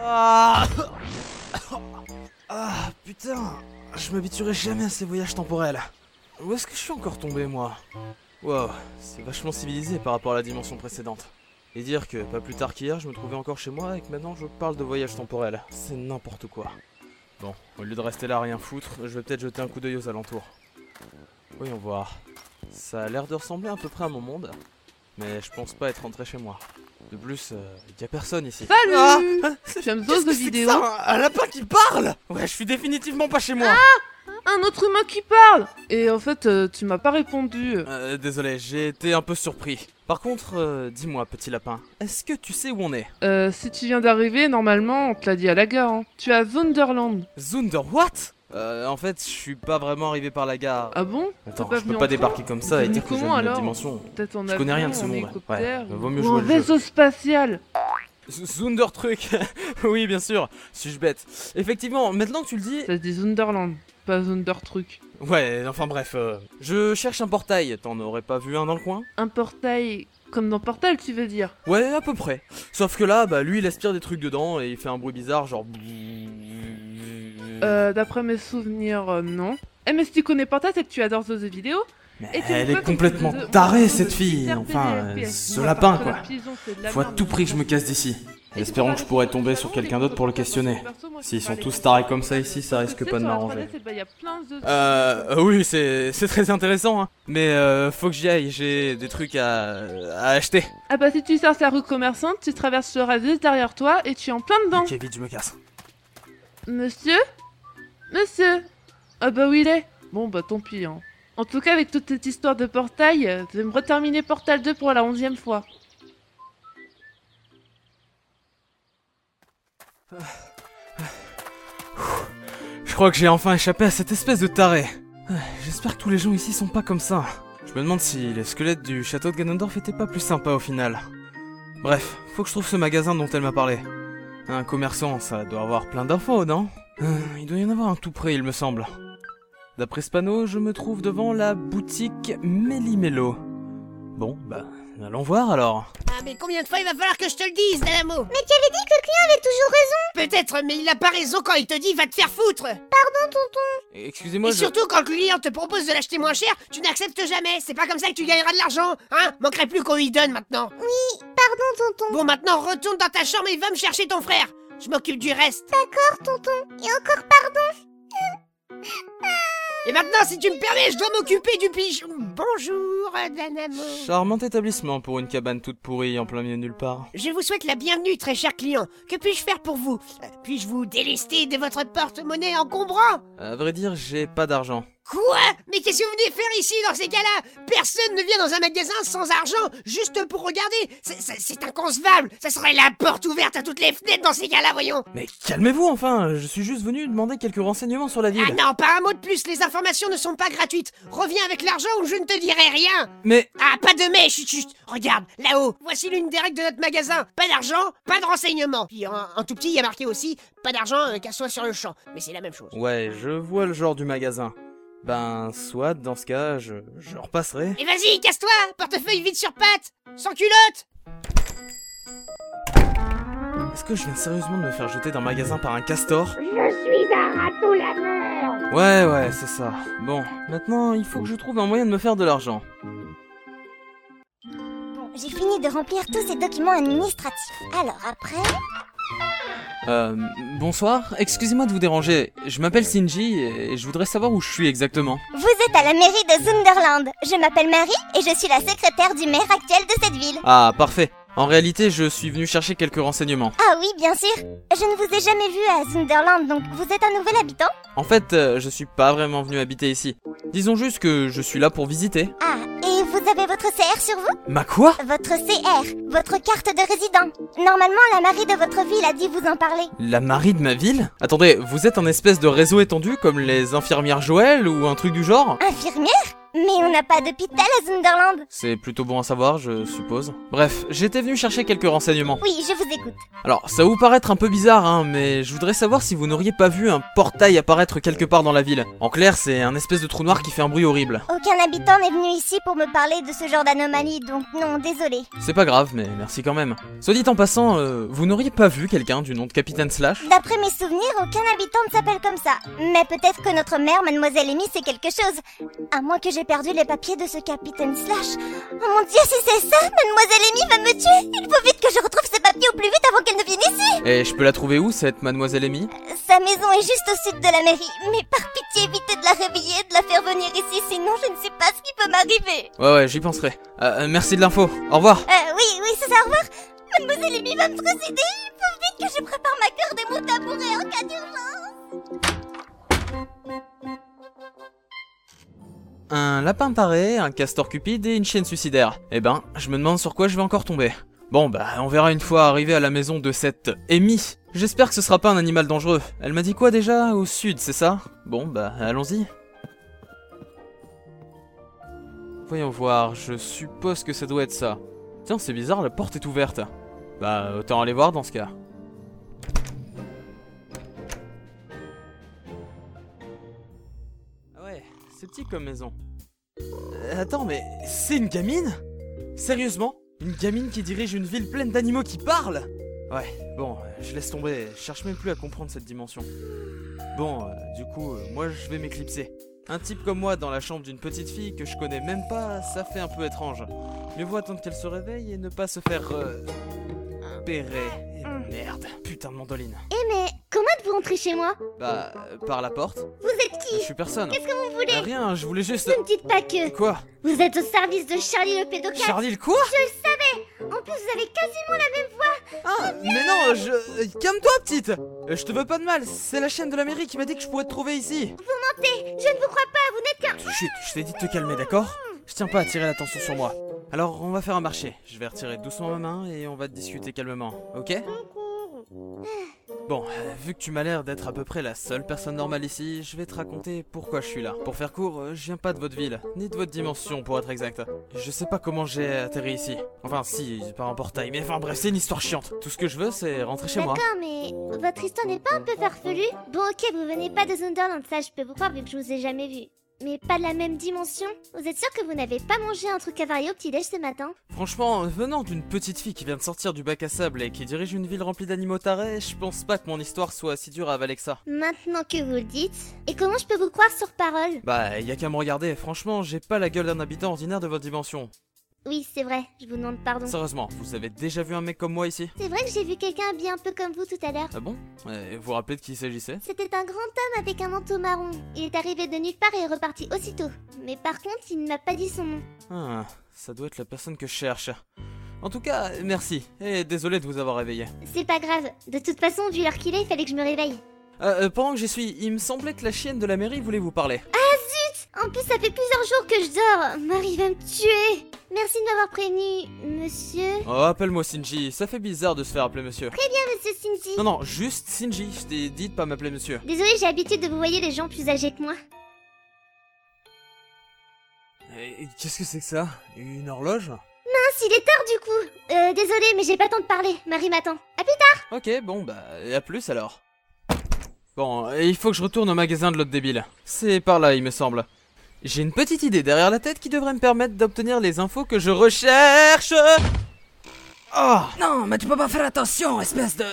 Ah. Je m'habituerai jamais à ces voyages temporels. Où est-ce que je suis encore tombé, moi Wow, c'est vachement civilisé par rapport à la dimension précédente. Et dire que, pas plus tard qu'hier, je me trouvais encore chez moi et que maintenant je parle de voyage temporel. C'est n'importe quoi. Bon, au lieu de rester là à rien foutre, je vais peut-être jeter un coup d'œil aux alentours. Voyons voir. Ça a l'air de ressembler à peu près à mon monde, mais je pense pas être rentré chez moi. De plus, euh, y a personne ici. Salut Ah J'aime Qu'est-ce d'autres que c'est que vidéos. ça un, un lapin qui parle Ouais, je suis définitivement pas chez moi Ah Un autre humain qui parle Et en fait, euh, tu m'as pas répondu. Euh, Désolé, j'ai été un peu surpris. Par contre, euh, dis-moi, petit lapin, est-ce que tu sais où on est Euh, si tu viens d'arriver, normalement, on te l'a dit à la gare. hein. Tu es à Wonderland. Zunder what Euh, en fait, je suis pas vraiment arrivé par la gare. Ah bon Attends, pas je venu peux en pas train débarquer comme ça Mais et dire que comment je viens d'une alors autre dimension. Peut-être en Je connais rien de ce avion, en monde. hélicoptère, Ouais, vaut mieux ou jouer en le jeu. vaisseau spatial. Z- Zunder truc Oui, bien sûr, suis-je bête. Effectivement, maintenant que tu le dis. Ça se dit Wonderland, pas Wonder Truc. Ouais, enfin bref, euh, je cherche un portail. T'en aurais pas vu un dans le coin Un portail, comme dans Portal, tu veux dire Ouais, à peu près. Sauf que là, bah lui, il aspire des trucs dedans et il fait un bruit bizarre, genre. Euh, d'après mes souvenirs, euh, non. Eh mais si tu connais Portal, c'est que tu adores ces vidéos. Mais Et tu elle dis pas est que complètement de- tarée de- cette de- fille. de- Enfin, de- de- euh, de- ce de- de- lapin de- quoi. de- pigeons, c'est de la Faut à merde. tout prix que je me casse d'ici. Et Espérons tu que je peux pourrais pas tomber aller sur sur quelqu'un le d'autre pour le perso, questionner. perso, moi, je S'ils peux sont aller tous sur tarés le comme ça perso. ici, ça Parce risque que pas de c'est sur la m'arranger. 3DS, bah, y a plein de- Euh, oui, c'est c'est très intéressant, hein. mais euh, faut que j'y aille, j'ai des trucs à, à acheter. Ah bah si tu sors sa rue commerçante, tu traverses le radius derrière toi et tu es en plein dedans. Ok, vite, je me casse. Monsieur Monsieur Ah bah oui, il est Bon bah tant pis, hein. En tout cas, avec toute cette histoire de portail, euh, je vais me reterminer Portal 2 pour la onzième fois. Je crois que j'ai enfin échappé à cette espèce de taré. Ah, J'espère que tous les gens ici sont pas comme ça. Je me demande si les squelettes du château de Ganondorf étaient pas plus sympas au final. Bref, faut que je trouve ce magasin dont elle m'a parlé. Un commerçant, ça doit avoir plein d'infos, non Hum, Il doit y en avoir un tout près, il me semble. D'après ce panneau, je me trouve devant la boutique Méli-Mélo. Bon, bah, allons voir alors. Ah mais combien de fois il va falloir que je te le dise, Dalamo Mais tu avais dit que le client avait toujours raison, Peut-être, mais il a pas raison quand il te dit va te faire foutre tonton. Excusez-moi, Et surtout quand le client te propose de l'acheter moins cher, tu n'acceptes jamais C'est pas comme ça que tu gagneras de l'argent, hein Manquerait plus qu'on lui donne maintenant Pardon, tonton. Bon maintenant retourne dans ta chambre et va me chercher ton frère Je m'occupe du reste D'accord, tonton. Et encore pardon. Et maintenant si tu me permets, je dois m'occuper du pigeon Bonjour, euh, Danamo Charmant établissement pour une cabane toute pourrie en plein milieu de nulle part. Je vous souhaite la bienvenue, très cher client. Que puis-je faire pour vous Euh, Puis-je vous délester de votre porte-monnaie encombrant À vrai dire, j'ai pas d'argent. Quoi Mais qu'est-ce que vous venez faire ici dans ces cas-là Personne ne vient dans un magasin sans argent juste pour regarder. C'est- C'est c'est inconcevable. Ça serait la porte ouverte à toutes les fenêtres dans ces cas-là, voyons. Mais calmez-vous enfin, je suis juste venu demander quelques renseignements sur la Ah ville. non, pas un mot de plus. Les informations ne sont pas gratuites. Reviens avec l'argent ou je ne te dirai rien. Mais Ah, pas de mais, chut, chut. Regarde, là-haut. Voici l'une des règles de notre magasin. Pas d'argent, pas de renseignements. Puis en, en tout petit, il y a marqué aussi pas d'argent, euh, qu'elle soit sur le champ. Mais c'est la même chose. ouais, je vois le genre du magasin. Ben, soit dans ce cas, je, je repasserai. Et vas-y, casse-toi Portefeuille vide sur pattes Sans culotte Est-ce que je viens sérieusement de me faire jeter d'un magasin par un castor Je suis un raton laveur. Ouais, ouais, c'est ça. Bon, maintenant, il faut que je trouve un moyen de me faire de l'argent. Bon, j'ai fini de remplir tous ces documents administratifs. Alors après, Euh, bonsoir, excusez-moi de vous déranger. Je m'appelle Sinji et je voudrais savoir où je suis exactement. vous êtes à la mairie de Zunderland. Je m'appelle Marie et je suis la secrétaire du maire actuel de cette ville. Ah, parfait. En réalité, je suis venu chercher quelques renseignements. Ah oui, bien sûr. Je ne vous ai jamais vu à Zunderland, donc vous êtes un nouvel habitant En fait, euh, je suis pas vraiment venu habiter ici. Disons juste que je suis là pour visiter. Ah, et vous avez votre CR sur vous Ma quoi Votre CR, votre carte de résident. Normalement, la mairie de votre ville a dit vous en parler. La Marie de ma ville Attendez, vous êtes un espèce de réseau étendu comme les infirmières Joël ou un truc du genre Infirmière Mais on n'a pas d'hôpital à Zunderland. C'est plutôt bon à savoir, je suppose. Bref, j'étais venu chercher quelques renseignements. Oui, je vous écoute. Alors, ça va vous paraître un peu bizarre, hein, mais je voudrais savoir si vous n'auriez pas vu un portail apparaître quelque part dans la ville. En clair, c'est un espèce de trou noir qui fait un bruit horrible. Aucun habitant n'est venu ici pour me parler de ce genre d'anomalie, donc non, désolé. C'est pas grave, mais merci quand même. Soit dit en passant, euh, vous n'auriez pas vu quelqu'un du nom de Capitaine Slash D'après mes souvenirs, aucun habitant ne s'appelle comme ça. Mais peut-être que notre mère, Mademoiselle Amy, c'est quelque chose. À moins que j'ai perdu les papiers de ce capitaine Slash. Oh mon dieu, si c'est ça, Mademoiselle Amy va me tuer Il faut vite que je retrouve ces papiers au plus vite avant qu'elle ne vienne ici Et je peux la trouver où, cette Mademoiselle Amy Sa maison est juste au sud de la mairie, mais par pitié, évitez de la réveiller et de la faire venir ici, sinon je ne sais pas ce qui peut m'arriver. Ouais, ouais, j'y penserai. Euh, euh, merci de l'info, au revoir Euh, oui, oui, c'est ça, au revoir Mademoiselle Amy va me trucider Il faut vite que je prépare ma corde et mon tabouret en cas d'urgence Un lapin paré, un castor cupide et une chienne suicidaire. Eh ben, je me demande sur quoi je vais encore tomber. Bon bah, on verra une fois arrivé à la maison de cette Amy. J'espère que ce sera pas un animal dangereux. Elle m'a dit quoi déjà Au sud, c'est ça Bon bah, allons-y. Voyons voir, je suppose que ça doit être ça. Tiens, c'est bizarre, la porte est ouverte. Bah, autant aller voir dans ce cas. Ah ouais, c'est petit comme maison. Euh, Attends, mais c'est une gamine Sérieusement Une gamine qui dirige une ville pleine d'animaux qui parlent Ouais, bon, euh, je laisse tomber, je cherche même plus à comprendre cette dimension. Bon, euh, du coup, euh, moi je vais m'éclipser. Un type comme moi dans la chambre d'une petite fille que je connais même pas, ça fait un peu étrange. Mieux vaut attendre qu'elle se réveille et ne pas se faire... Euh, pérer. Et Mm. merde, putain de mandoline. Eh mais, comment êtes-vous rentré chez moi Bah, euh, par la porte, Vous êtes je qui suis personne. Qu'est-ce que vous Euh, voulez Rien, je voulais juste... Ne me dites pas que Quoi vous êtes au service de Charlie le pédocat. Charlie le quoi Je le savais En plus, vous avez quasiment la même voix Ah, mais non, je... euh, Calme-toi, petite Euh, Je te veux pas de mal, c'est la chaîne de la mairie qui m'a dit que je pourrais te trouver ici Mentez Je ne vous crois pas, vous n'êtes qu'un... Chut, je t'ai dit de te calmer, d'accord Je tiens pas à attirer l'attention sur moi. Alors, on va faire un marché. Je vais retirer doucement ma main et on va discuter calmement, ok Bon, euh, vu que tu m'as l'air d'être à peu près la seule personne normale ici, je vais te raconter pourquoi je suis là. Pour faire court, euh, je viens pas de votre ville, ni de votre dimension pour être exact. Je sais pas comment j'ai atterri ici. Enfin, si, par un portail, mais enfin bref, c'est une histoire chiante. Tout ce que je veux, c'est rentrer chez moi. D'accord, mais votre histoire n'est pas un peu farfelue Bon, ok, vous venez pas de Zonderland, ça je peux vous croire vu que je vous ai jamais vu. Mais pas de la même dimension Vous êtes sûr que vous n'avez pas mangé un truc avarié au petit-déj ce matin Franchement, venant d'une petite fille qui vient de sortir du bac à sable et qui dirige une ville remplie d'animaux tarés, je pense pas que mon histoire soit si dure à avaler que ça. Maintenant que vous le dites. Et comment je peux vous croire sur parole Bah, y a qu'à me regarder, franchement, j'ai pas la gueule d'un habitant ordinaire de votre dimension. Oui, c'est vrai, je vous demande pardon. Sérieusement, vous avez déjà vu un mec comme moi ici C'est vrai que j'ai vu quelqu'un habillé un peu comme vous tout à l'heure. Ah bon Et Vous vous rappelez de qui il s'agissait C'était un grand homme avec un manteau marron. Il est arrivé de nulle part et est reparti aussitôt. Mais par contre, il ne m'a pas dit son nom. Ah, ça doit être la personne que je cherche. En tout cas, merci, et désolé de vous avoir réveillé. C'est pas grave. De toute façon, vu l'heure qu'il est, il fallait que je me réveille. Euh, euh, pendant que j'y suis, il me semblait que la chienne de la mairie voulait vous parler. En plus, ça fait plusieurs jours que je dors. Marie va me tuer. Merci de m'avoir prévenu, monsieur. Oh, appelle-moi Sinji, ça fait bizarre de se faire appeler monsieur. Ah, monsieur Cindy. Non, non, juste Sinji, je t'ai dit de pas m'appeler monsieur. Désolée, j'ai l'habitude de vous voyer les gens plus âgés que moi. Et Qu'est-ce que c'est que ça Une horloge Mince, Ah, il est tard du coup. Euh, désolée, mais j'ai pas le temps de parler. Marie m'attend. À plus tard. Ok, bon, bah, à plus alors. Bon, et il faut que je retourne au magasin de l'autre débile. C'est par là, il me semble. J'ai une petite idée derrière la tête qui devrait me permettre d'obtenir les infos que je recherche. Oh Non, mais tu peux pas faire attention, espèce de...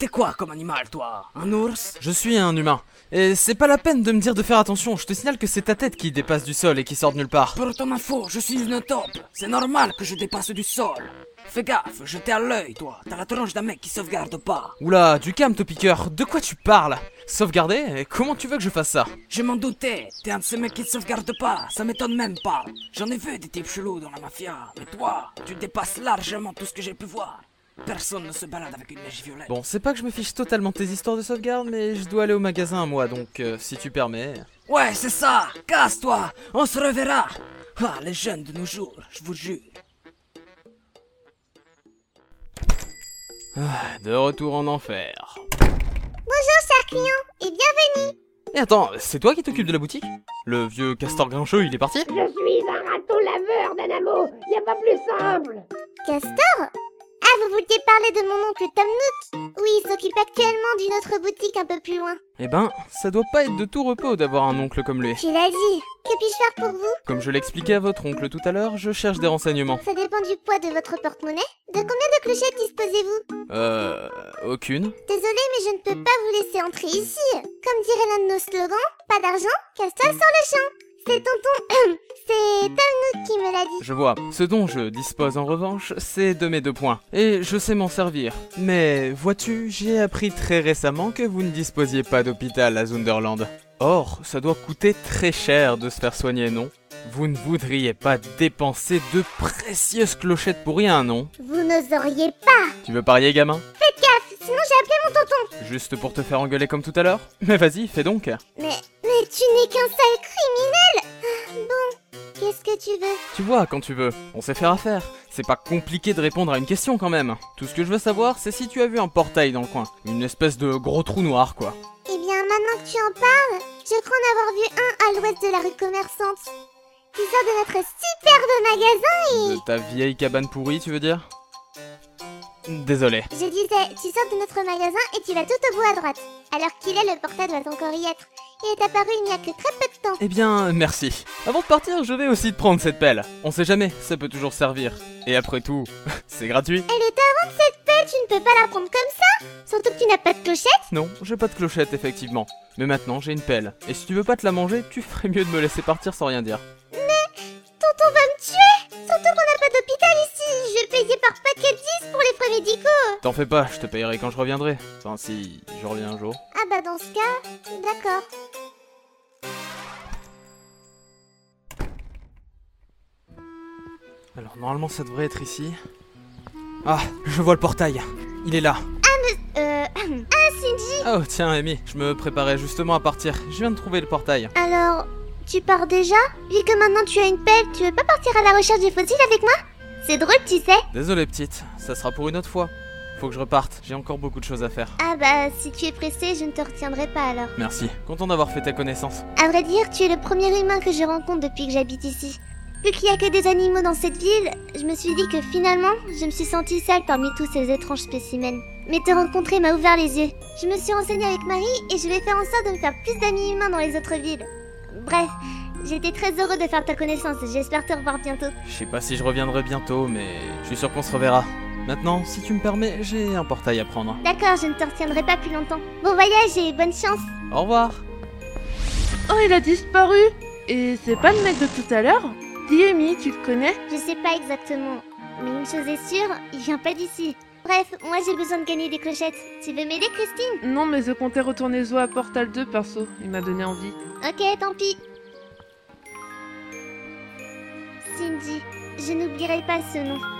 T'es quoi comme animal, toi Un ours Je suis un humain. Et c'est pas la peine de me dire de faire attention, je te signale que c'est ta tête qui dépasse du sol et qui sort de nulle part. Pour ton info, je suis une taupe. C'est normal que je dépasse du sol. Fais gaffe, je t'ai à l'œil, toi. T'as la tronche d'un mec qui sauvegarde pas. Oula, du calme, toi, piqueur, de quoi tu parles Sauvegarder Comment tu veux que je fasse ça Je m'en doutais. T'es un de ces mecs qui sauvegarde pas. Ça m'étonne même pas. J'en ai vu des types chelous dans la mafia. Mais toi, tu dépasses largement tout ce que j'ai pu voir. Personne ne se balade avec une mèche violette. Bon, c'est pas que je me fiche totalement de tes histoires de sauvegarde, mais je dois aller au magasin, moi, donc euh, si tu permets... Ouais, c'est ça. Casse-toi. On se reverra. Ah, les jeunes de nos jours, je vous jure. De retour en enfer. Bonjour, cher client. Et bienvenue. Et attends, c'est toi qui t'occupes de la boutique Le vieux castor grincheux, il est parti Je suis un raton laveur, Nanamo. Y a pas plus simple. Castor Ah, vous vouliez parler de mon oncle Tom Nook Oui, il s'occupe actuellement d'une autre boutique un peu plus loin. Eh ben, ça doit pas être de tout repos d'avoir un oncle comme lui. Tu l'as dit. Que puis-je faire pour vous Comme je l'expliquais à votre oncle tout à l'heure, je cherche des renseignements. Ça dépend du poids de votre porte-monnaie. De combien de clochettes disposez-vous Euh... Aucune Désolée, mais je ne peux pas vous laisser entrer ici. Comme dirait l'un de nos slogans, pas d'argent, casse-toi sur le champ. C'est tonton... C'est Tom Nook qui me l'a dit. Je vois. Ce dont je dispose en revanche, c'est de mes deux points. Et je sais m'en servir. Mais vois-tu, j'ai appris très récemment que vous ne disposiez pas d'hôpital à Zunderland. Or, ça doit coûter très cher de se faire soigner, non Vous ne voudriez pas dépenser de précieuses clochettes pour rien, non Vous n'oseriez pas. Tu veux parier, gamin Gaffe, sinon j'ai appelé mon tonton. Juste pour te faire engueuler comme tout à l'heure Mais vas-y, fais donc. Mais... Mais tu n'es qu'un sale criminel Ah, Bon, qu'est-ce que tu veux Tu vois, quand tu veux, on sait faire affaire. C'est pas compliqué de répondre à une question quand même. Tout ce que je veux savoir, c'est si tu as vu un portail dans le coin. Une espèce de gros trou noir, quoi. Eh bien, maintenant que tu en parles, je crois en avoir vu un à l'ouest de la rue commerçante. Qui sort de notre superbe magasin et... De ta vieille cabane pourrie, tu veux dire Désolé. Je disais, tu sors de notre magasin et tu vas tout au bout à droite. Alors qu'il est, le portail doit encore y être. Il est apparu il n'y a que très peu de temps. Eh bien, merci. Avant de partir, je vais aussi te prendre cette pelle. On sait jamais, ça peut toujours servir. Et après tout, c'est gratuit. Elle est à vendre cette pelle, tu ne peux pas la prendre comme ça Surtout que tu n'as pas de clochette Non, j'ai pas de clochette, effectivement. Mais maintenant, j'ai une pelle. Et si tu veux pas te la manger, tu ferais mieux de me laisser partir sans rien dire. Tonton va me tuer Surtout qu'on n'a pas d'hôpital ici Je payais par paquet 10 pour les frais médicaux T'en fais pas, je te payerai quand je reviendrai. Enfin, si je reviens un jour. Ah bah dans ce cas, d'accord. Alors, normalement, ça devrait être ici. Ah, je vois le portail. Il est là. Euh... Ah Shinji Oh, tiens, Amy, je me préparais justement à partir. Je viens de trouver le portail. Alors, tu pars déjà Vu que maintenant tu as une pelle, tu veux pas partir à la recherche des fossiles avec moi C'est drôle, tu sais Désolé petite, ça sera pour une autre fois. Faut que je reparte, j'ai encore beaucoup de choses à faire. Ah bah, si tu es pressé, je ne te retiendrai pas alors. Merci, content d'avoir fait ta connaissance. À vrai dire, tu es le premier humain que je rencontre depuis que j'habite ici. Vu qu'il n'y a que des animaux dans cette ville, je me suis dit que finalement, je me suis sentie seule parmi tous ces étranges spécimens. Mais te rencontrer m'a ouvert les yeux. Je me suis renseignée avec Marie et je vais faire en sorte de me faire plus d'amis humains dans les autres villes. Bref, j'étais très heureux de faire ta connaissance et j'espère te revoir bientôt. Je sais pas si je reviendrai bientôt, mais je suis sûr qu'on se reverra. Maintenant, si tu me permets, j'ai un portail à prendre. D'accord, je ne te retiendrai pas plus longtemps. Bon voyage et bonne chance Au revoir Oh, il a disparu Et c'est pas le mec de tout à l'heure Diemi, tu le connais Je sais pas exactement, mais une chose est sûre, il vient pas d'ici. Bref, moi j'ai besoin de gagner des clochettes. Tu veux m'aider, Christine Non, mais je comptais retourner Zo à Portal 2, perso. Il m'a donné envie. Ok, tant pis. Cindy, je n'oublierai pas ce nom.